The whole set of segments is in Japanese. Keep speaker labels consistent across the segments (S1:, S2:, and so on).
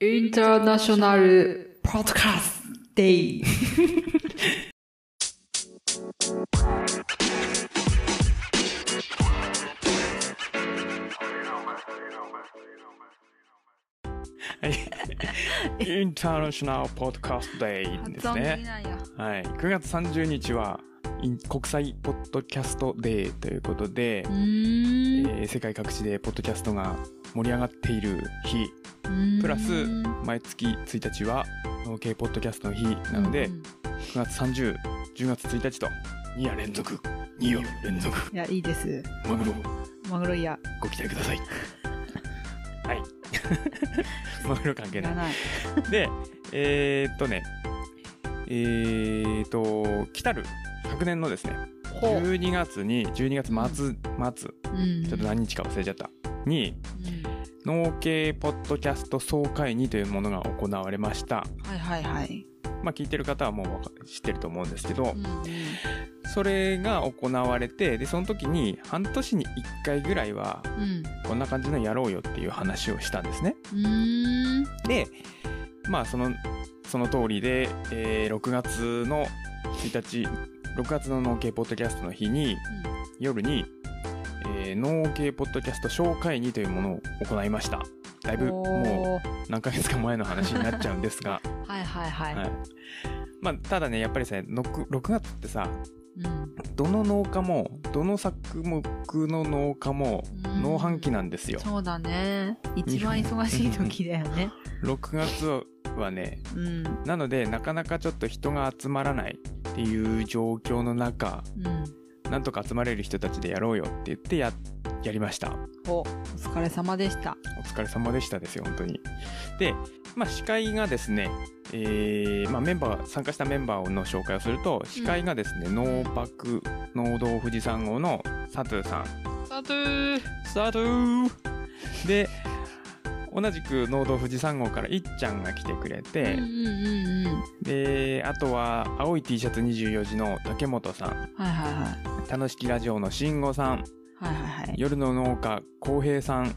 S1: インターナショナルポッドキャストデイ。
S2: インターナショナルポッドキャストデイですね。
S1: ないや。
S2: はい。9月30日は、イン国際ポッドキャストデーということで
S1: う、ーん。
S2: えー世界各地でポッドキャストが盛り上がっている日、
S1: うーん
S2: プラス毎月1日は、農系ポッドキャストの日なので、
S1: うんうん
S2: 9月30、10月1日と、2夜連続、2夜連続、
S1: いや、いいです。
S2: マグロ、
S1: マグロイヤ
S2: ご期待く ださい。はい。 マグロ関係
S1: い
S2: ない
S1: ら。ない。
S2: で、えーっとね、えーっと、来たる昨年のですね、
S1: ほう。
S2: 12月に、12月末、末、
S1: うん。
S2: ちょっと何日か忘れちゃった、に、
S1: うん
S2: 農系ポッドキャスト総会にというものが行われました。
S1: はいはいはい。
S2: まあ、聞いてる方はもうわか知ってると思うんですけど
S1: う、んうん
S2: それが行われて、で、その時に半年に1回ぐらいは、
S1: うん。
S2: こんな感じのやろうよっていう話をしたんですね。
S1: うーん。
S2: でまあそのその通りで、えー6月の1日6月の農系ポッドキャストの日に夜に、えー農系ポッドキャスト紹介にというものを行いましただいぶも
S1: おー
S2: う何ヶ月か前の話になっちゃうんです が、
S1: はいはいはい。
S2: はいまあ、ただねやっぱりさ 6, 6月ってさ
S1: うん
S2: どの農家もどの作目の農家も
S1: うん
S2: 農繁期なんですよ
S1: そうだね。一番忙しい時だよね。
S2: 6月はね
S1: うん。
S2: なのでなかなかちょっと人が集まらないっていう状況の中
S1: うん。
S2: なんとか集まれる人たちでやろうよって言ってややりました
S1: お、お疲れ様でした。
S2: お疲れ様でしたですよ本当にで、まあ、司会がですね、えーまあ、メンバー参加したメンバーの紹介をすると司会がですね、農博農道富士山号の佐藤さん
S1: サトゥ
S2: 佐藤で同じく農道富士山号からいっちゃんが来てくれ
S1: うん
S2: て、
S1: うんうんうん。
S2: であとは青い T シャツ24時の竹本さん
S1: はいはいはい。
S2: 楽しきラジオの慎吾さん、
S1: はいはいはい。
S2: 夜の農家浩平さん、
S1: は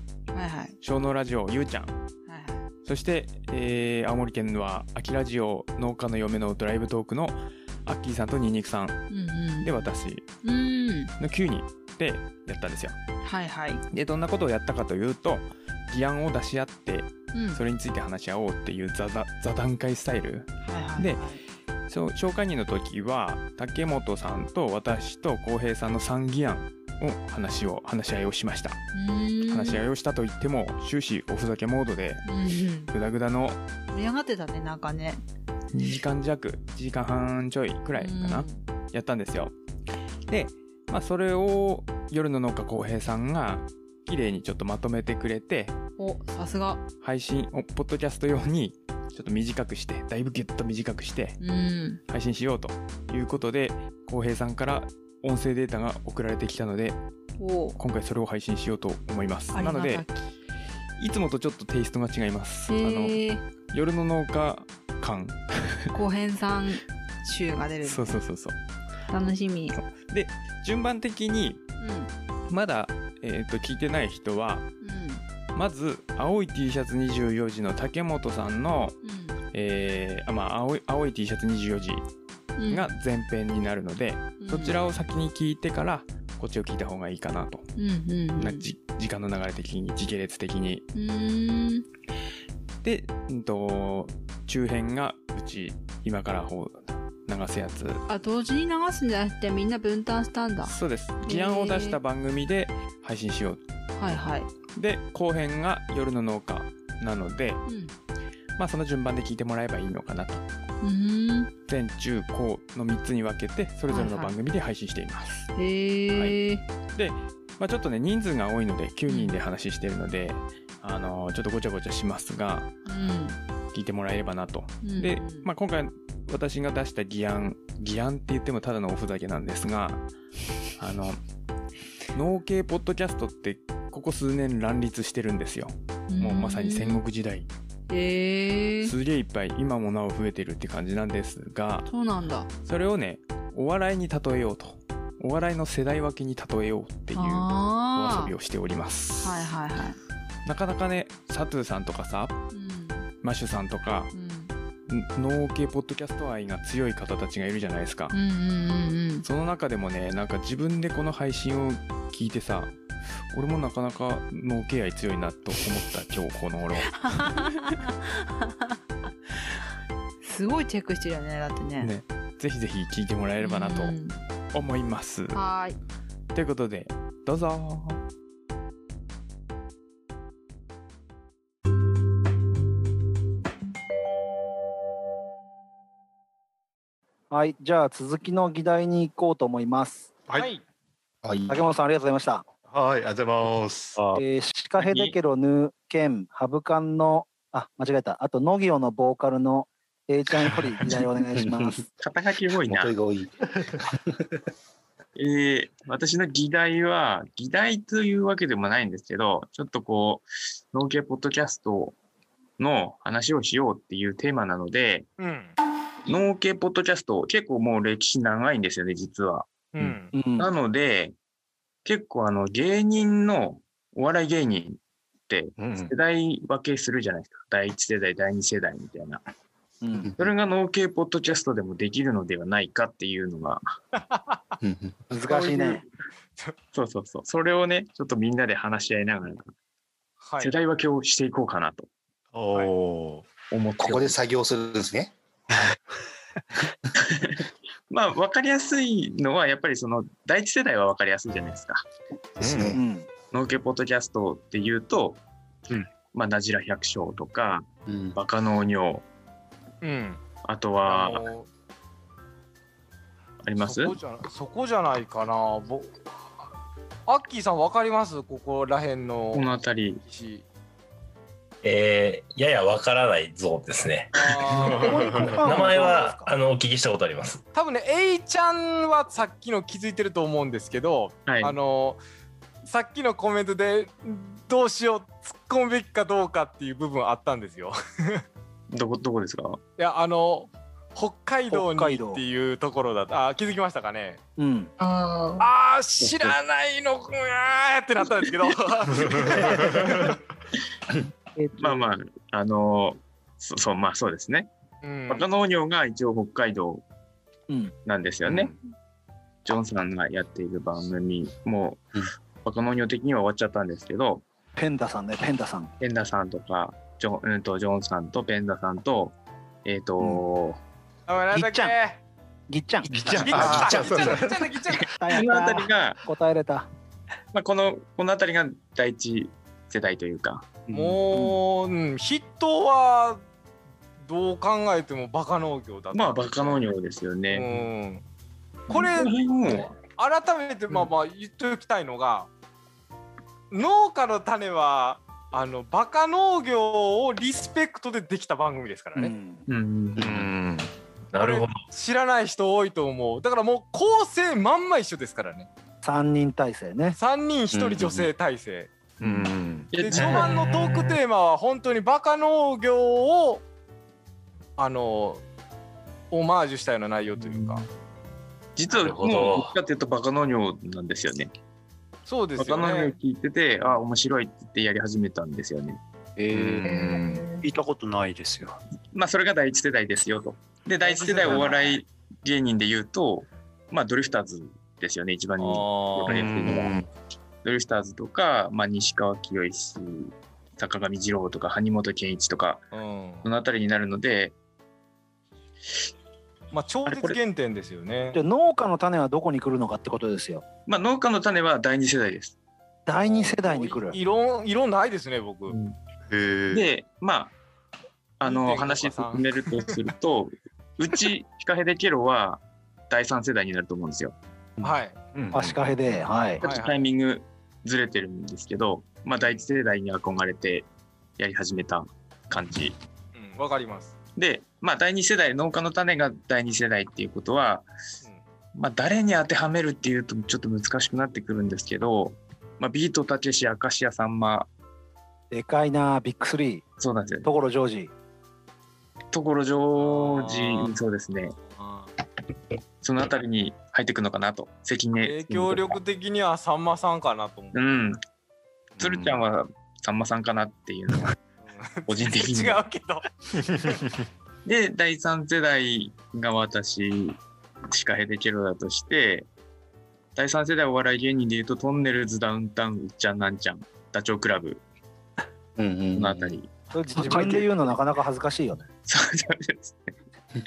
S1: いはい。
S2: 小野ラジオゆうちゃん、
S1: はいはい。
S2: そして、えー青森県は秋ラジオ農家の嫁のドライブトークのアッキーさんとニンニクさん
S1: うんうん。
S2: で、私
S1: うん。
S2: の9人でやったんですよ。
S1: はいはい。
S2: でどんなことをやったかというと議案を出し合って
S1: うん。
S2: それについて話し合おうっていう座座座談会スタイル
S1: はいはいはい。
S2: でそう紹介人の時は竹本さんと私と浩平さんの3議案を話を話し合いをしました。
S1: うん。
S2: 話し合
S1: い。
S2: いをしたと言っても終始おふざけモードで
S1: うんうん。
S2: グダグダの
S1: 盛り上がってたね、なんかね。
S2: 2時間弱1時間半ちょいくらいかな、やったんですよで、まあ、それを夜の農家浩平さんが綺麗にちょっとまとめてくれて
S1: うん。お、さすが。
S2: 配信をポッドキャスト用にちょっと短くしてだいぶギュッと短くして
S1: うん。
S2: 配信しようということで浩平さんから音声データが送られてきたので
S1: お、
S2: 今回それを配信しようと思います
S1: あり
S2: な
S1: が
S2: の
S1: た
S2: で
S1: き。
S2: いつもとちょっとテイストが違いますあの
S1: へえ。
S2: 夜の農家感
S1: 後編三集が出る。
S2: そうそうそうそう
S1: 楽しみ。
S2: で順番的に
S1: うん。
S2: まだ、えー、と聞いてない人は
S1: うん。
S2: まず青い T シャツ24時の竹本さんの、
S1: う
S2: えーあまあ、青い青い T シャツ24時
S1: ん。うん
S2: が、前編になるので、そちら
S1: を。
S2: を先に聞いてからこっちを聞いた方がいいかなと、
S1: うんうんうん。
S2: なじ時間の流れ的に時系列的に
S1: うーん。
S2: で、うん、と中編がうち今からほう流すやつ
S1: あ、同時に流すんじゃなくてみんな分担したんだ。
S2: そうです議案を出した番組で配信しよう
S1: はいはい。
S2: で後編が夜の農家なので、
S1: うん。
S2: まあ、その順番で聞いてもらえばいいのかなと
S1: うーん。
S2: 前中後の3つに分けてそれぞれの
S1: はいはい
S2: 番組で配信しています、
S1: へえ。
S2: まあ、ちょっとね人数が多いので9人で話しているので、あのちょっとごちゃごちゃしますが聞いてもらえればなと、
S1: うん。
S2: で、
S1: あ、
S2: まあ、今回私が出した議案議案って言ってもただのおふざけなんですがあの農系ポッドキャストってここ数年乱立してるんですよもうまさに戦
S1: 後。
S2: 国時代
S1: へえ。
S2: すげえいっぱい今もなお増えてるって感じなんですが
S1: そうなんだ。
S2: それをねお笑いに例えようとお笑いの世代分けに例えようっていうお
S1: あ
S2: 遊びをしております、
S1: あ。はいはいはい。
S2: なかなかねサトゥーさんとかさ
S1: うん。
S2: マッシュさんとか
S1: うん
S2: 農系ポッドキャスト愛が強い方たちがいるじゃないですか、
S1: うんうんうんうん
S2: その中でもねなんか自分でこの配信を聞いてさ俺もなかなか農系愛強いなと思った今日この 頃
S1: すごいチェックしてるよねだってね
S2: ねぜひぜひ聞いてもらえればなと
S1: うん
S2: 思います、
S1: はーい
S2: ということでどうぞ
S3: はい、じゃあ続きの議題に行こうと思います。
S4: はい。
S5: はい。
S3: 竹本さんありがとうございました。
S4: はい、ありがとうございます。
S3: えー、シカヘデケロヌケンハブカンのあ間違えた。あとノギオのボーカルの A ちゃんより議題をお願いします。
S6: 肩書き多いな
S5: 元。が多い。
S6: えー私の議題は、議題というわけでもないんですけど、ちょっとこう、農系ポッドキャストの話をしようっていうテーマなので、
S4: うん。
S6: 農系ポッドキャスト、結構もう歴史長いんですよね、実は。
S4: うん。
S3: うん
S6: なので、結構あの、芸人の、お笑い芸人って、
S4: うん
S6: 世代分けするじゃないですか。第一世代、第二世代みたいな。
S3: うん
S6: それが農系ポッドキャストでもできるのではないかっていうのが、
S5: うん
S3: 難しいね。
S6: そうそうそう。それをね、ちょっとみんなで話し合いながら、
S4: は
S6: 世
S4: い。
S6: 代分けをしていこうかなと
S4: おお
S6: 思って
S5: ここで作業するんですね。
S6: まあ分かりやすいのはやっぱりその第一世代は分かりやすいじゃないですか
S5: です
S3: う
S5: ね。
S3: ん。
S6: 農家ポッドキャストっていうと、
S4: うん
S6: まあなじら百姓とか
S5: うん
S6: バカ農業
S4: ー。うん。
S6: あと
S4: あ
S6: は
S4: の
S6: あります
S4: そこじゃそこじゃないかな。ぼアッキーさんわかりますここら辺の
S6: この辺り
S4: 石。
S7: えー、ややわからないゾーンですね。
S4: あーここにここ かな
S7: 名前はあのお聞きしたことあります。
S4: 多分ね、A ちゃんはさっきの気づいてると思うんですけど、
S6: はい
S4: あのさっきのコメントでどうしよう突っ込むべきかどうかっていう部分あったんですよ。
S6: どこどこですか
S4: いやあの北海道
S3: 北
S4: に
S3: 海道
S4: っていうところだったあ気づきましたかね
S3: うん。
S1: あー
S4: あー知らないのうわーってなったんですけど
S3: えーと
S6: まあまああのそそうまあそうですね
S4: うん
S6: バカ農業が一応北海道
S3: うん。
S6: なんですよね、ジョンさんがやっている番組もう、
S5: うん
S6: バカ農業的には終わっちゃったんですけど、
S3: ペンダさんね、ペンダさん。
S6: ペンダさんとか、ジョン,、うん、とジョンさんとペンダさんと、えっ、と、
S4: あなんだっけ
S3: ぎっぎっちゃん。
S4: ぎっちゃん
S5: ぎ
S4: ぎ
S5: っち
S4: っち
S5: ゃん
S4: ゃ
S5: あ
S4: んぎっちゃんだぎっちゃんだぎっちゃんだ
S3: 答え
S6: こ
S3: れ
S6: の辺
S3: た。
S6: り が、
S3: 答えれた。
S6: まあ、このこの辺りが第一世代というか、
S4: もう、うん、筆頭はどう考えてもバカ農業だ
S6: まあ、バカ農
S4: 業
S6: 業ですよね。
S4: うんこれ
S6: この辺も
S4: 改めてまあまあ言っておきたいのが、農家の種はあのバカ農業をリスペクトでできた番組ですから
S3: う
S4: ね、
S3: ん。
S6: うん、
S4: ん
S7: なるほど。
S4: 知らない人多いと思うだからもう構成まんま一緒ですからね
S3: 三人体制ね。
S4: 3人1人女性体制、
S6: うん、
S4: で序盤のトークテーマは本当にバカ農業をあのオマージュしたような内容というか、
S6: 実
S7: な
S6: は
S7: るほど
S6: もう、どっちかっていうとバカ農業なんですよね。
S4: そうで
S6: バ
S4: す
S6: カ
S4: よ
S6: 農業
S4: ね
S6: 聞いてて、ああ、面白いって言ってやり始めたんですよね。
S8: 聞いたことないですよ。
S6: まあ、それが第一世代ですよと。で、第一世代お笑い芸人で言うと、まあ、ドリフターズですよね、一番に。
S4: あ
S6: う
S4: ー
S6: んドリフターズとか、まあ、西川きよし、坂上二郎とか、萩本健一とか、
S4: うん
S6: そのあたりになるので、
S4: まあ超絶原点ですよね
S3: で農家の種はどこに来るのかってことですよ。
S6: まあ、農家の種は第二世代です。
S3: 第二世代に来る。
S4: いろん、いろないですね、僕。
S8: へえ。
S6: で、まあ、あの、話進めるとすると、うち、ヒカヘデケロは第三世代になると思うんですよ。
S4: はい。
S3: アシカヘデ、はい
S6: ち。ょっとタイミングずれてるんですけど、まあ、第一世代に憧れてやり始めた感じ。
S4: うん、わかります。
S6: で、まあ、第二世代、農家の種が第二世代っていうことは、
S4: うん
S6: まあ、誰に当てはめるっていうとちょっと難しくなってくるんですけど、まあ、ビートたけし、明石家さんま、
S3: でかいな、ビッグスリー。
S6: そうなんですよ。
S3: 所ジョージ。
S6: 所ジョ
S4: あ
S6: ージ、そうですね。
S4: あー
S6: そのあたりに入ってくのかなと。関根。
S4: 影響。力的にはさんまさんかなと思う
S6: う。ん。鶴ちゃんはさんまさんかなっていうのは個人的に
S4: 違。うけ ど。
S6: で、第三世代が私、シカヘデケロだとして、第三世代お笑い芸人でいうと、トンネルズ、ダウンタウン、うっちゃん、なんちゃん、ダチョウ倶楽部、
S5: うんうん
S6: このあたり。
S3: それ自分で言うのなかなか恥ずかしいよね。
S6: そうです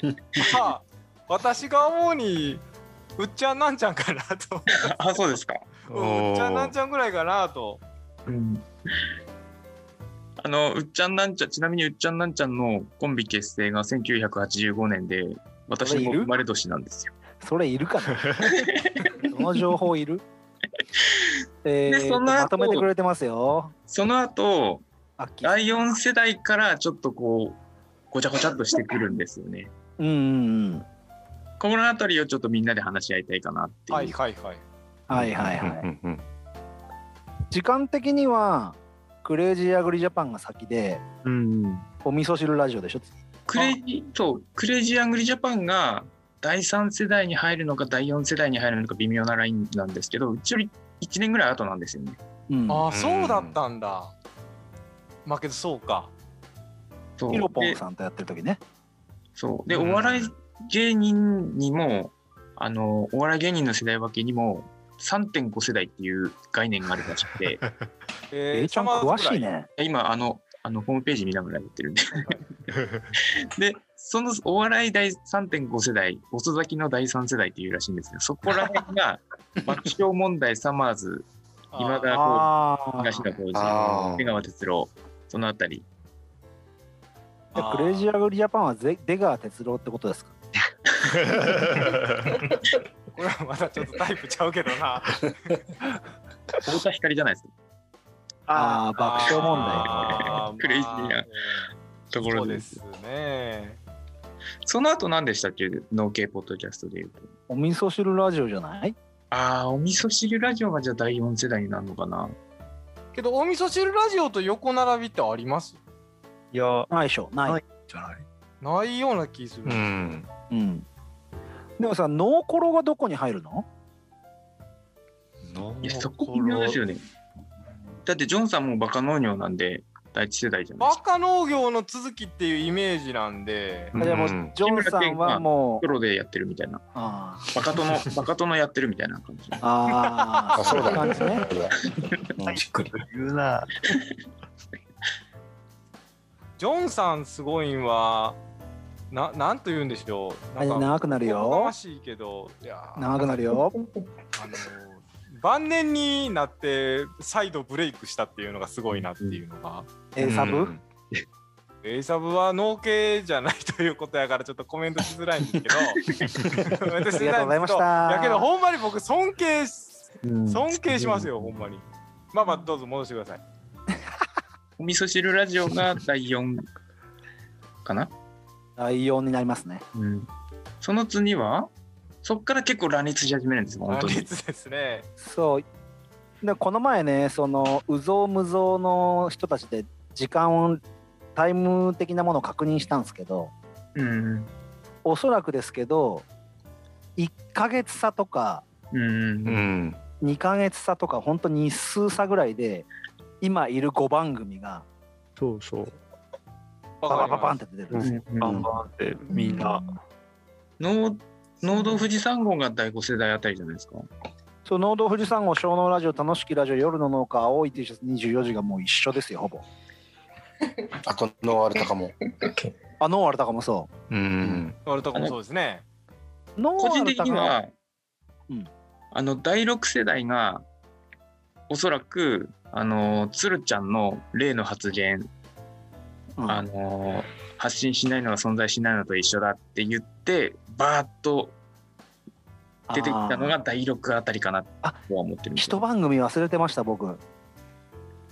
S6: ね。
S4: まあ、私が思うに、うっちゃんなんちゃんかなと。
S6: あ、そうですか。
S4: うんうっちゃんなんちゃんぐらいかなと。
S6: うんあの、うっちゃんなんちゃん、ちなみにうっちゃんなんちゃんのコンビ結成が1985年で、私も生まれ年なんですよ。
S3: それいるかなその情報いるえー、
S6: その後
S3: まとめてくれてますよ。
S6: その後、
S3: アッキー
S6: 第4世代からちょっとこう、ごちゃごちゃっとしてくるんですよね。
S3: うんうんうん。
S6: このあたりをちょっとみんなで話し合いたいかなっていう。
S4: はいはいはい。
S3: はいはいはい。
S2: うんうん
S3: 時間的にはクレイジーアグリジャパンが先で
S6: うん。
S3: お味噌汁ラジオでしょ
S6: クレイジー、そう、クレイジーアングリージャパンが第3世代に入るのか第4世代に入るのか微妙なラインなんですけど、うちより1年ぐらい後なんですよね。
S3: うん
S4: ああ、そうだったんだ。まあけどそうか。
S6: そう
S3: ピロポ
S6: で
S3: ンさんとやってる時ね
S6: そう。で、
S8: うん
S6: お笑い芸人にも、あの、お笑い芸人の世代分けにも、3.5世代っていう概念があるらしくて、
S4: え
S3: A ちゃん詳しい。ね
S6: 今、あの、あのホームページ見ながらやってるん で。で、そのお笑い第3.5世代、遅咲きの第3世代っていうらしいんですけど、そこら辺が、爆笑問題、サマー ズ、
S4: サマ
S6: 今
S4: ーズぐら
S6: 田
S4: い
S6: 耕
S3: ああ
S6: 司、東
S3: ー
S6: 田
S5: あ
S6: 浩
S5: ー
S6: 司、出川哲朗、そのあたり。
S3: じゃあクレイジーアグリジャパンはゼ出川哲郎ってことですか
S4: あーこれはまだちょっとタイプちゃうけどな。
S6: 太田光じゃないですか。
S3: ああー爆笑問題
S4: あー
S6: クレイジーなとこ
S4: そ
S6: ろ
S4: う
S6: で。
S4: ですすね。
S6: その後何でしたっけ農系ポッドキャストで言うと。
S3: お味噌汁ラジオじゃない
S6: ああ、お味噌汁ラジオがじゃあ第4世代になるのかな。
S4: けど、お味噌汁ラジオと横並びってあります
S8: いや、
S3: ないでしょない、
S8: ないじゃない。
S4: ないような気する。
S8: うん。
S3: うんでもさノーコロがどこに入るの
S8: の
S6: いや、そこ微妙ですよね。だってジョンさんもバカ農業なんで、第一世代じゃないで
S4: バ
S6: すか。
S4: カ農業の続きっていうイメージなんで、
S8: うん
S3: あじゃあもうジョンさんはもう
S6: プロでやってるみたいな。
S3: あ
S6: バカ殿、バカ殿やってるみたいな感じ。
S3: ーあー
S5: あ、
S3: そ
S5: そうう
S3: いう
S5: だ
S3: 感じね
S5: うん
S7: しっくり。
S8: 言うな。
S4: ジョンさんすごいんは、ななんと言うんでしょう。
S3: あ
S4: なんか
S3: 長くなる
S4: おこが
S3: よ
S4: ましいけど、いやー
S3: 長くなるよ
S4: あの晩年になって再度ブレイクしたっていうのがすごいなっていうのが、
S3: A サブ、
S8: うん
S4: エイサブは農系じゃないということやからちょっとコメントしづらいんですけど私
S3: ありがとうございました
S4: やけどほんまに僕尊敬し
S6: うん
S4: 尊敬しますよほんまにまあまあどうぞ戻してください
S6: お味噌汁ラジオが第4かな。
S3: 第4になりますね
S6: うん。その次は、そっから結構乱立し始めるんですよ、本当
S4: 乱
S6: に。
S4: 立ですね
S3: そうでこの前ねその有象無象の人たちで時間をタイム的なものを確認したんですけど
S6: うん。
S3: おそらくですけど1ヶ月差とか
S6: うん。
S8: う
S6: うん
S8: ん。
S3: 2ヶ月差とか本当に数差ぐらいで今いる5番組が
S8: そうそう。
S3: ババババンっ
S4: ン
S3: て出てるん
S6: う
S3: ですよ、
S6: ん
S8: バンバンってみんな。
S6: 農農道富士山号が第5世代あたりじゃないですか。
S3: そう農道富士山号小農ラジオ楽しきラジオ夜の農家青い T シャツ24時がもう一緒ですよほぼ
S5: あとのあれたかも。
S3: あノーアルタカもそ
S8: うん。
S4: 俺とかもそうですね
S3: うノ
S6: 個
S3: ーア
S6: 人
S3: ル
S6: 的
S3: タ
S6: に
S3: カ
S6: は、
S3: うん
S6: あの第6世代がおそらくあのつるちゃんの例の発言、
S3: うん
S6: あの発信しないのが存在しないのと一緒だって言ってバーッと出てきたのが第6あたりかなとは思ってるんです
S3: 一
S6: よ
S3: 番組忘れてました僕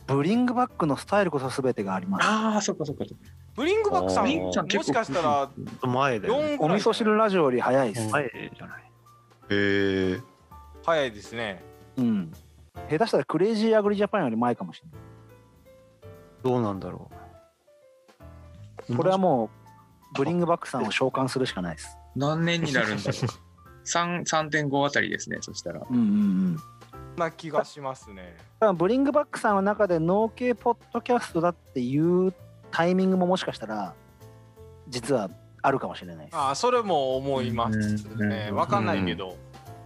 S3: ブリングバックのスタイルこそ全てがあります
S6: ああそっかそっかそっか
S4: ブリングバックさん
S8: あー
S4: ももしかしたら
S8: 前で。
S4: 4
S3: お
S4: ぐら
S3: 味
S4: い
S3: 噌汁ラジオより早いです、
S8: 前じゃない。
S9: へえ。
S4: 早いですね
S3: うん、下手したらクレイジーアグリジャパンより前かもしれ
S8: どうなんだろう。
S3: ないこれはもうブリングバックさんを召喚するしかないです
S6: 何年になるんだろう 3 3.5あたりですねそしたら
S3: うんうんうん
S4: な気がしますね
S3: だからブリングバックさんの中で農系ポッドキャストだって言っタイミングももしかしたら実はあるかもしれないです。
S4: あーそれも思いますね。
S6: うん
S4: わかんないけど。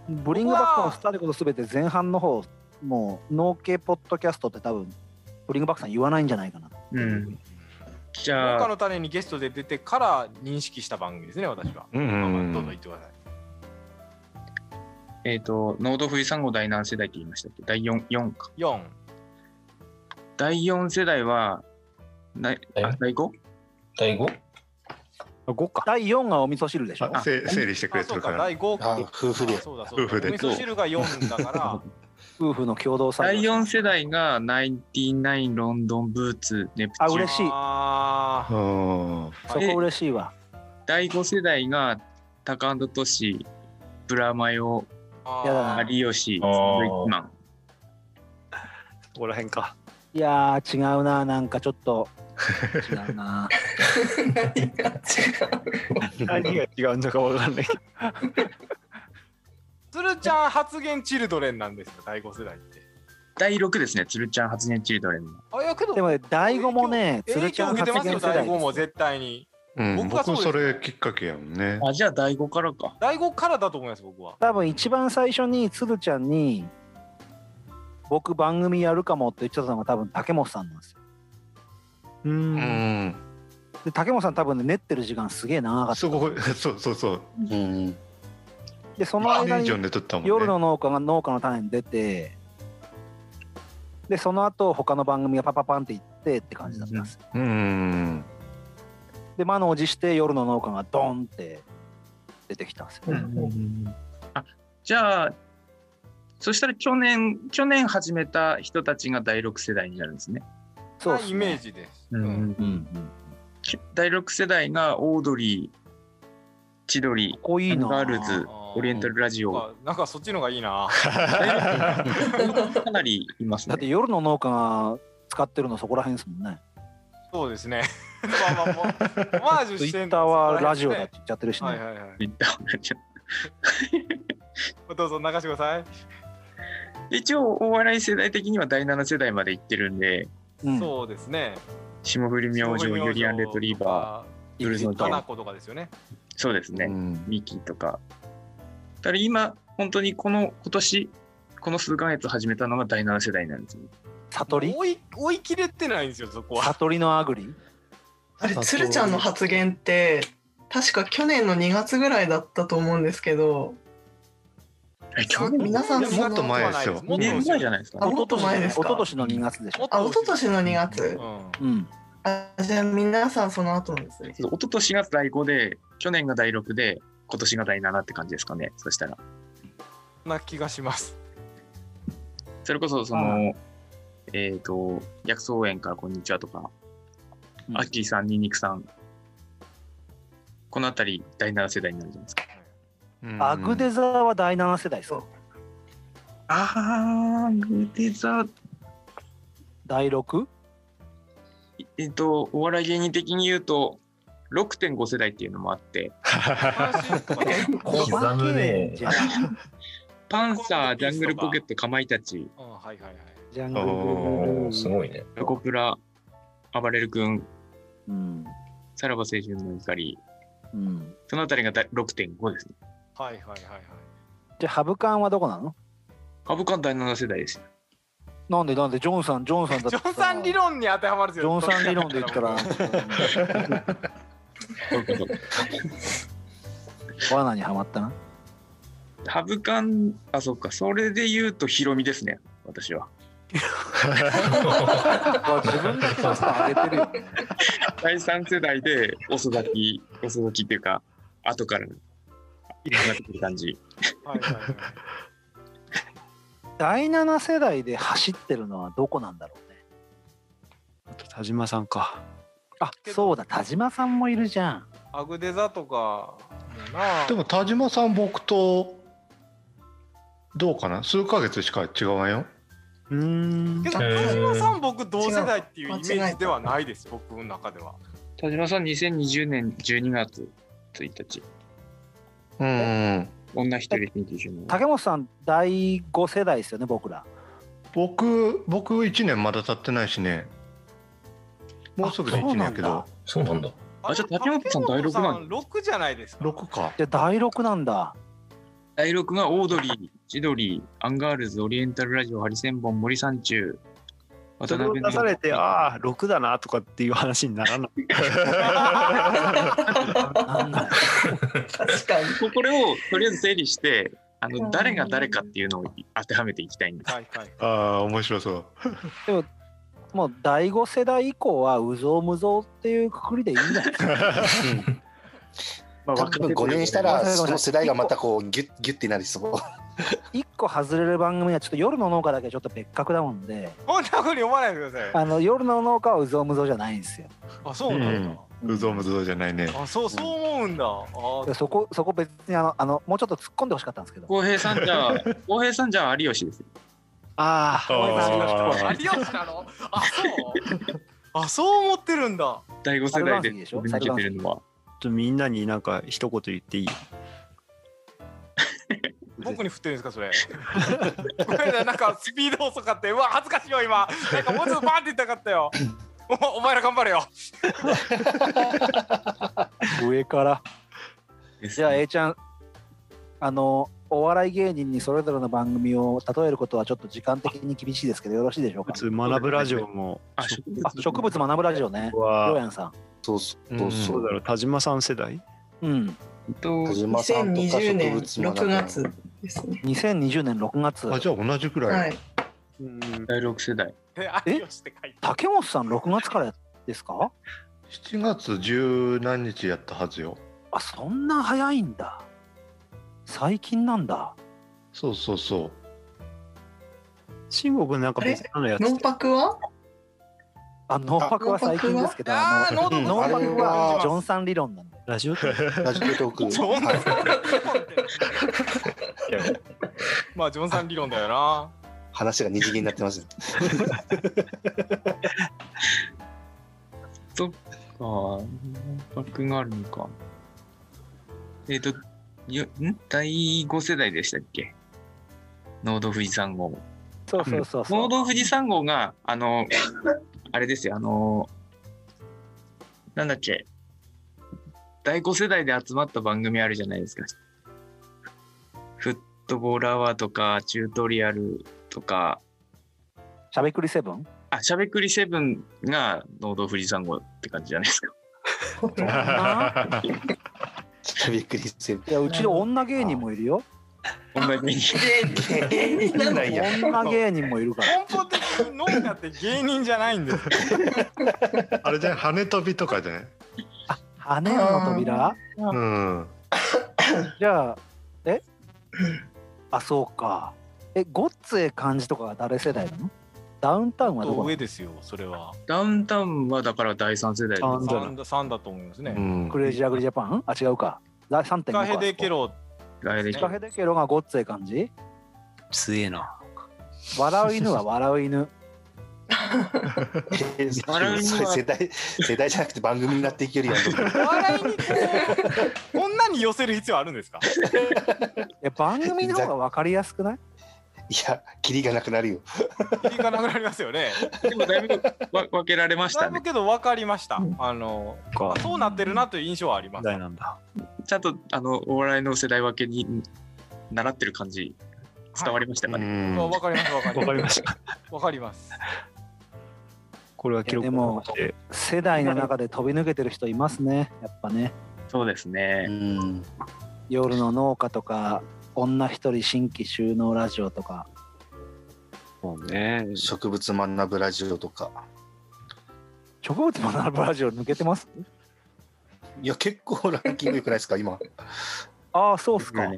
S3: ブリングバックのスターでことすべて前半の方もう農系ポッドキャストって多分ブリングバックさん言わないんじゃないかな。
S6: うん。じ
S4: 農
S6: ゃ
S4: 家
S6: あ、
S4: の種にゲストで出てから認識した番組ですね、私は。
S9: うんうん
S4: ま
S9: う
S4: あ
S9: ん
S4: まあどんどん言ってください。
S6: えっ、と、ノード富士山号第何世代って言いましたっけ第 4, 4か。
S4: 4。
S6: 第4世代は、ないあ第 5?
S7: 第 5?
S8: 5か。
S3: 第4がお味噌汁でしょ。
S9: あせ整理してく
S4: あ、
S9: れて
S4: そう
S9: るか
S4: か、
S9: ら。
S4: 第5
S5: あ夫婦で
S4: そうだそうだ。
S9: 夫婦で
S4: お味噌汁が4だから、
S3: 夫婦の共同作
S6: 第
S3: 業。
S6: 4世代が、99ロンドンブーツ、ネプチ
S3: あ
S6: ューン
S3: 嬉しい。
S4: あ
S9: う
S4: ー
S9: ん。
S3: そこ嬉しいわ。
S6: 第5世代が、タカアンドトシ、ブラマヨ、
S4: あ ー。
S3: やだな
S6: 有吉、
S7: あ
S6: サ
S7: ー
S6: ンドイッチマン。
S8: ここら辺か。
S3: いやー違うななんかちょっ と違うな。
S7: 何が違う
S8: 何が違うんだかわかんないけど。
S4: 鶴ちゃん発言チルドレンなんですよ、第5世代って。
S6: 第6ですね、鶴ちゃん発言チルドレンの。
S4: あ、いやけど
S3: で、もね第5もね鶴
S4: 影
S3: ちゃん
S4: 響受け
S3: 発
S4: てます
S3: 言
S4: よ、
S3: 世代
S4: 第
S3: で
S4: 5
S3: す
S4: も絶対に。
S9: うん、
S4: 僕
S9: 僕
S4: はそう
S9: も
S4: です
S9: それきっかけやもんね。
S6: あ、じゃあ第5からか。
S4: 第5からだと思います、僕は。
S3: 多分一番最初に鶴ちゃんに僕番組やるかもって言ってたのが多分竹本さんなんですよ。
S8: う。
S9: うんん。
S3: で竹本さん多分ね練ってる時間すげえ長かっ
S9: すごい、そう そうそう。
S5: うん
S3: た。でその
S9: マネ
S3: 間
S9: ージョン
S3: に
S9: で撮ったもんね。
S3: 夜の農家が農家の種に出てでその後他の番組がパパパンって行ってって感じだったんです。
S9: うん。
S3: で満を持して夜の農家がドンって出てきたんですよね。
S6: あじゃあそしたら去年去年始めた人たちが第6世代になるんですね。
S3: そうっ
S4: な
S3: す
S4: イメー
S3: ね。
S4: ジです。
S3: うんうん。
S6: 第6世代がオードリー、千鳥、
S3: こういいな。
S6: ガールズ、オリエンタルラジ
S4: な ん
S6: オ、
S4: かなんかそっちの方がいいな。
S6: かなりいます
S3: だって
S6: ね。
S3: 夜の農家が使ってるのそこら辺ですもんね。
S4: そうですね。まあまあまあ、オマージュ
S3: ツイ
S4: して
S3: ッ
S4: ん
S3: ターはラジオだっ
S4: ね
S3: て。言っちゃってるし
S4: はい
S3: ね。
S4: はいはい。
S6: ちょ
S4: どうぞ流してください。
S6: 一応お笑い世代的には第7世代まで行ってるんで
S3: うん
S4: そうですね。
S6: 霜降り明星ユリアンレトリーバー
S4: ー
S6: ブルーノート
S4: 花子とかですよね。
S6: そうですね、
S9: うん
S6: ミキとか。だから今、本当にこの今年、この数ヶ月始めたのが第7世代なんですよ。
S3: 悟り
S4: 追い追い切れてないんですよ、そこは。
S3: 悟りのアグリ
S10: あれ、鶴ちゃんの発言って、確か去年の2月ぐらいだったと思うんですけど、
S6: え、去
S10: そう
S6: 年
S10: 皆さんその
S9: もっと前ですよ
S4: もっと
S6: 年前じゃないですか、
S10: あ
S6: ね。
S10: もっと前です
S3: 一
S10: か
S3: 昨年の2月でしょ。
S10: あ、一昨年の2
S4: う
S10: 月。
S4: ん。
S3: うん。
S10: あ、じゃあ皆さんその後なんですね。
S6: そう一昨年が第5で、去年が第6で、今年が第7って感じですかね。そしたら。
S4: そんな気がします。
S6: それこそ、その、えっ、と、薬草園からこんにちはとか、
S3: うん
S6: アッキーさん、ニンニクさん、このあたり第7世代になるじゃないですか。
S9: うん
S3: アグデザーは第7世代です
S10: そう。
S6: あー、グデザ
S3: 第 6?
S6: えっと、お笑い芸人的に言うと、6.5世代っていうのもあって、
S7: 刻むね
S3: じゃん
S6: パンサー、ジャングルポケット、かまいたち、
S4: うん、はいはいはい。
S3: ジャング
S7: おー
S3: ル
S7: すごいね。
S6: ロコプラ、あばれる君、
S3: うん。
S6: さらば青春の怒り、
S3: うん。
S6: そのあたりがだ6.5ですね。
S4: はいはいはいはい。
S3: じゃあハブカンはどこなの
S6: ハブカン第7世代です。
S3: なんでなんでジョンさんジョンさんだって
S4: ジ
S3: さ
S4: ョンさん理論に当てはまるん
S3: ジ
S4: ですよ。
S3: ョンさん理論で言ったら 罠にはまったな。
S6: ハブカン、あ、そっか、それで言うとヒロミですね、私は。
S3: あ自分だけジョンさん上げてるよ。
S6: 第3世代で遅咲き、遅咲きっていうか、後から、いろんなってくる感じ。
S4: はいはいはい。
S3: 第7世代で走ってるのはどこなんだろうね。
S8: 田島さんか。
S3: あそうだ田島さんもいるじゃん。
S4: アグデザとかもな。
S9: でも田島さん僕とどうかな数ヶ月しか違わんよ。
S8: うーん
S4: け。ど
S7: へー
S4: 田島さん僕同世代っていうイメージではないです僕の中では
S6: 田島さん、2020年12月1日、
S9: うん。
S6: 女一人研究所の。
S3: 竹本さん第5世代ですよね僕ら。
S9: 僕僕一年まだ経ってないしね。もうすぐで1年やけど。
S7: そうなんだ。
S6: あ、じゃあ竹本さん第六なんだ。
S4: 六じゃないですか。
S9: 6か。
S3: じゃあ第6なんだ。
S6: 第六がオードリー、千鳥、アンガールズ、オリエンタルラジオ、ハリセンボン、森三中、
S8: それを出されて、ああ、6だなとかっていう話にならない。
S6: 確かに。これをとりあえず整理して、あの誰が誰かっていうのを当てはめていきたいん です。
S9: ああ、面白そう。
S3: でも、 もう第5世代以降は、うぞうむぞうっていうくくりでいいんだよ。
S5: 多分5年 した らその世代がまたこうギュッギュッてなりそう。
S3: 1個外れる番組は、ちょっと夜の農家だけはちょっと別格だもんで、
S4: こんな風に思わないでください。
S3: あの夜の農家はうぞうむぞうじゃないんですよ。
S4: あ、そうなんだ。
S9: うぞうむぞうじゃないね。
S4: あ、そう、そう思うんだ。あー
S3: でそこ、そこ別にあの、あのもうちょっと突っ込んでほしかったんですけど。
S6: 浩平さんじゃあ、浩平さんじゃあ有吉ですよ。
S3: あ
S4: ごめんなさい
S6: あ
S4: 有吉なの。あ、そう。あ、そう思ってるんだ。
S6: 第5世代で飛び抜けてるのは。
S8: ちょみんなになんか一言言っていい
S4: 僕に振ってるんですか、それ。 ごめんなさいなんかスピード遅かったよ。うわ、恥ずかしいよ、今。なんかもうちょっとバーンって言ったかったよ。おお前ら頑張れよ。
S3: 上から。じゃあ A ちゃん、あの、お笑い芸人にそれぞれの番組を例えることはちょっと時間的に厳しいですけど、よろしいでしょうか。
S8: 学ぶラジオも。
S6: あ、植
S3: あ植物学ぶラジオね。
S8: は
S3: ロヤンさん。
S5: そうそう
S8: うんそうだろう、田島さん世代
S3: うん。
S5: 田島さんとか
S10: 2020
S5: 植
S10: 年
S5: 物も
S10: 6月ですね。
S3: 2020年6月。
S9: あ、じゃあ同じくら。
S10: はいい。
S6: 第6世代。
S4: え、有吉って書いてある。
S3: 竹本さん6月からですか
S9: 7月十何日やったはずよ。
S3: あ、そんな早いんだ。最近なんだ。
S9: そうそうそう。
S8: 慎吾君なんか別なのやつ。
S10: 脳パ クは
S3: あ、脳泊は最近ですけど、
S4: あ
S3: あ
S4: ー、
S3: の、
S4: 喉
S3: 脳
S4: の
S5: あれ
S3: 泊は
S5: は
S3: ジョンさん理論なんだ。
S8: ラジオトーク
S5: ラジオトーク。
S4: ジョン
S5: はい
S4: さんまあ、ジョンさん理論だよな。
S5: 話が二次元になってます。
S6: そっか、バックがあるのか。えっ、と、よん第5世代でしたっけノード富士山号。
S3: そうそう そうそ
S6: ノー
S3: う。
S6: ド富士山号が、あの、あれですよ、あの、なんだっけ、第5世代で集まった番組あるじゃないですか。フットボールアワーとか、チュートリアルとか、
S3: しゃべくりセブン
S6: あ、しゃべくりセブンがノード富士山号って感じじゃないですか。
S5: ちょっとびっくりしてる。
S3: いや、うちの女芸人もいるよ。
S6: 同じメニュー
S10: 芸人なんだ
S5: いや
S3: 女芸人もいるから。
S4: 根本的に農家って芸人じゃないんですよ。
S9: あれじゃない羽飛びとかじゃない
S3: 羽屋の扉
S9: うん。
S3: じゃあ、えあ、そうか。え、ゴッツえ感じとかが誰世代なのダウンタウンはどこ
S4: 上ですよ、それは。
S6: ダウンタウンはだから第3世代
S8: あんじゃない
S4: 三だ三だと思います
S9: う
S4: ね。
S9: ん
S3: クレイジーアグリジャパンあ、違うか。だ3.5
S4: カ
S3: か。
S4: ヘデケロ
S6: 来
S3: シカ
S6: 歴
S3: ヘデケロがゴッツえ感じ
S8: 強えな。
S3: 笑う犬は笑う犬。
S6: 笑いには
S5: 世代世代じゃなくて番組になっていけるやん。
S4: お笑いにこうこんなに寄せる必要あるんですか
S3: え、番組の方が分かりやすくない
S5: いや、キリがなくなるよ。
S4: 意味がなくなりますよね。
S6: でもだいぶわ分けられまし
S4: だ
S6: た
S4: いぶ
S6: ね。
S4: けど分かりました。あの、
S8: か
S4: あそうなってるなという印象はありま
S8: 世
S4: す。
S8: 代なんだ。
S6: ちゃんとあのお笑いの世代分けに習ってる感じ伝わりましたか
S9: う
S6: ね。
S9: ん
S4: 分かります、分か
S8: わ
S4: りま
S8: かりました。
S4: す。分かります。
S8: これは記録
S3: いやでも
S8: で
S3: 世代の中で飛び抜けてる人いますね。やっぱね。
S6: そうです
S5: う
S6: ね。
S5: ん。
S3: 夜の農家とか、女一人新規収納ラジオとか。
S8: そうね。
S5: 植物学ぶラジオとか。
S3: 植物も並ぶラジオ抜けてます
S5: いや、結構ランキング良くないですか、今。
S3: ああ、そうっすか。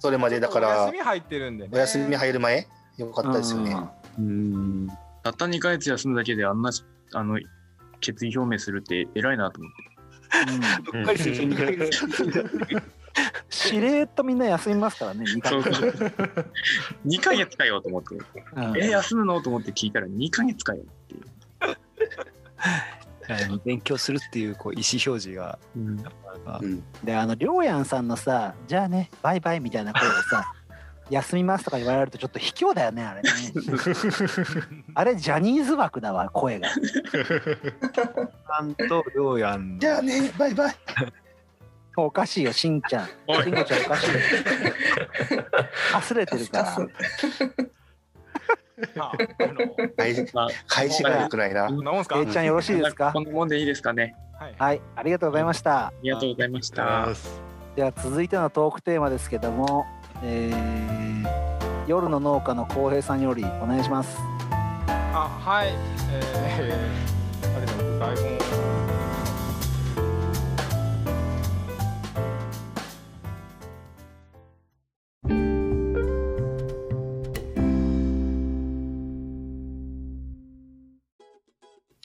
S5: それまでだか
S4: お
S5: ら
S4: 休み、入ってるんでね。
S5: お休み入る前、よかったですよね。
S8: うん。
S6: たった2ヶ月休むだけであんなあの決意表明するって偉いなと思って。
S3: うんしれーっとみんな休みますからね、2回
S6: そう。そう2ヶ月かよと思って。
S3: うん
S6: え、休むのと思って聞いたら2ヶ月かよっていう。
S8: あの勉強するっていうこう意思表示が
S5: うん
S3: で、あの、りょうやんさんのさ、じゃあね、バイバイみたいな声でさ、 休みますとか言われるとちょっと卑怯だよねあ れねあれジャニーズ枠だわ声が
S8: さんとりょうやんの
S3: じゃあねバイバイおかしいよしんちゃん
S8: おい
S3: しんごちゃんおかしいよ かすれてるから
S5: 返しが良くないな。
S4: なんす
S3: えいちゃんよろしいですか
S6: こんなもんでいいですかね。
S3: はいありがとうございましたあ
S6: りがとうございました。
S3: では続いてのトークテーマですけども、えー夜の農家の浩平さんよりお願いします。
S4: あはいえー、あれだ台本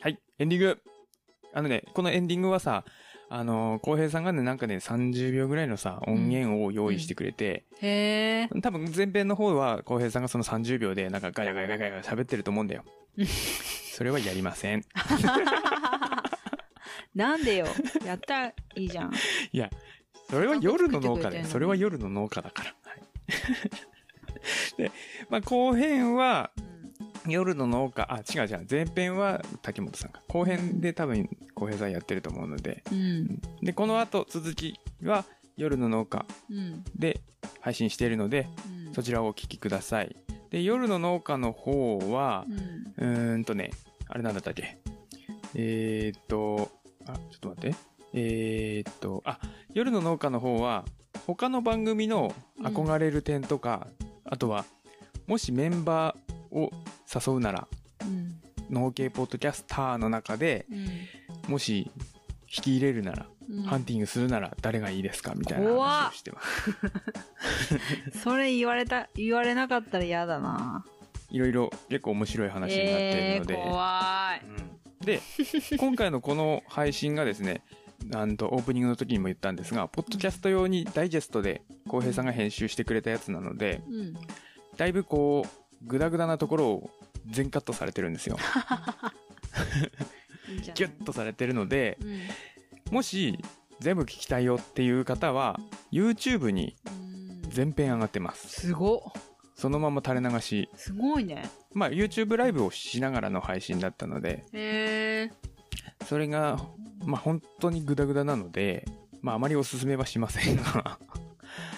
S2: はい、エンディング。あのね、このエンディングはさ、あのー、浩平さんがね、なんかね、30秒ぐらいのさ、音源を用意してくれて、
S1: へえ。
S2: 多分前編の方は浩平さんがその30秒でなんかガヤガヤガヤガヤ喋ってると思うんだよ。それはやりません。
S11: なんでよ。やったらいいじゃん。
S2: いや、それは夜の農家
S11: ちゃんと作ってくれてるの
S2: で、
S11: に
S2: それは夜の農家だから。はい、 で、まあ後編は、夜の農家、あ、違う違う、前編は竹本さんか。後編で多分浩平さんやってると思うので、
S11: うん。
S2: で、この後続きは夜の農家
S11: うん。
S2: で配信しているので、そちらをお聞きください。で、夜の農家の方は、うーんとね、あれなんだったっけ。えー、っと、あ、ちょっと待って。えー、っと、あ、夜の農家の方は、他の番組の憧れる点とか、あとは、もしメンバーを誘うなら、
S11: うん。
S2: 農系ポッドキャスターの中で、
S11: うん。
S2: もし引き入れるなら、
S11: うん
S2: ハンティングするなら誰がいいですかみたいな話
S11: 怖
S2: を
S11: っ
S2: してます。
S11: それ言われた、言われなかったら嫌だな。
S2: いろいろ結構面白い話になっているので、
S11: えー、怖い。
S2: で今回のこの配信がですねなんとオープニングの時にも言ったんですがポッドキャスト用にダイジェストで浩平さんが編集してくれたやつなので
S11: うん。
S2: だいぶこうグダグダなところを全カットされてるんですよ
S11: いいんじゃない
S2: ギュッとされてるので
S11: うん。
S2: もし全部聞きたいよっていう方は YouTube に全編上がってます
S11: すごっ
S2: そのまま垂れ流し
S11: すごいね。
S2: まあ YouTube ライブをしながらの配信だったので
S11: へえ。
S2: それが、まあ、本当にグダグダなので、まあ、あまりおすすめはしませんが、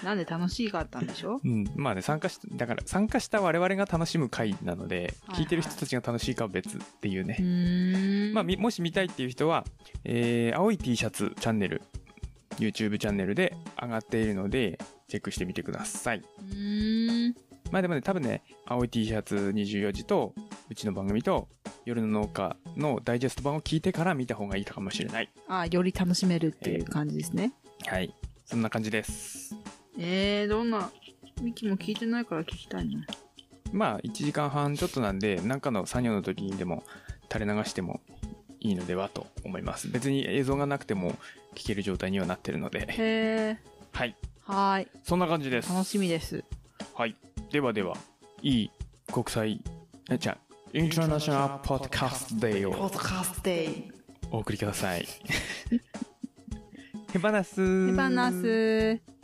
S11: なんで楽しいかったんで しょ
S2: うん、まあね、参加し、だから、参加した我々が楽しむ回なので、
S11: はいはい
S2: 聞いてる人たちが楽しいかは別っていうね。
S11: ん
S2: まあ、みもし見たいっていう人は、えー青い T シャツチャンネル、YouTube チャンネルで上がっているので、チェックしてみてください。
S11: うん。
S2: まあでもね、多分ね、青い T シャツ24時と、うちの番組と、夜の農家のダイジェスト版を聞いてから見た方がいいかもしれない。
S11: あ、より楽しめるっていう感じですね。
S2: はい。そんな感じです。
S11: えー、どんな、ミキも聞いてないから聞きたいな。
S2: まあ1時間半ちょっとなんで何かの作業の時にでも垂れ流してもいいのではと思います別に映像がなくても聞ける状態にはなってるので
S11: へえ。
S2: はい
S11: はーい。
S2: そんな感じです
S11: 楽しみです。
S2: はいではではいい国際えじゃあインターナショナルポッドキャストデー
S1: ポ
S2: を
S1: ッドキャストデイ。
S2: お送りください手放す
S11: 手放す。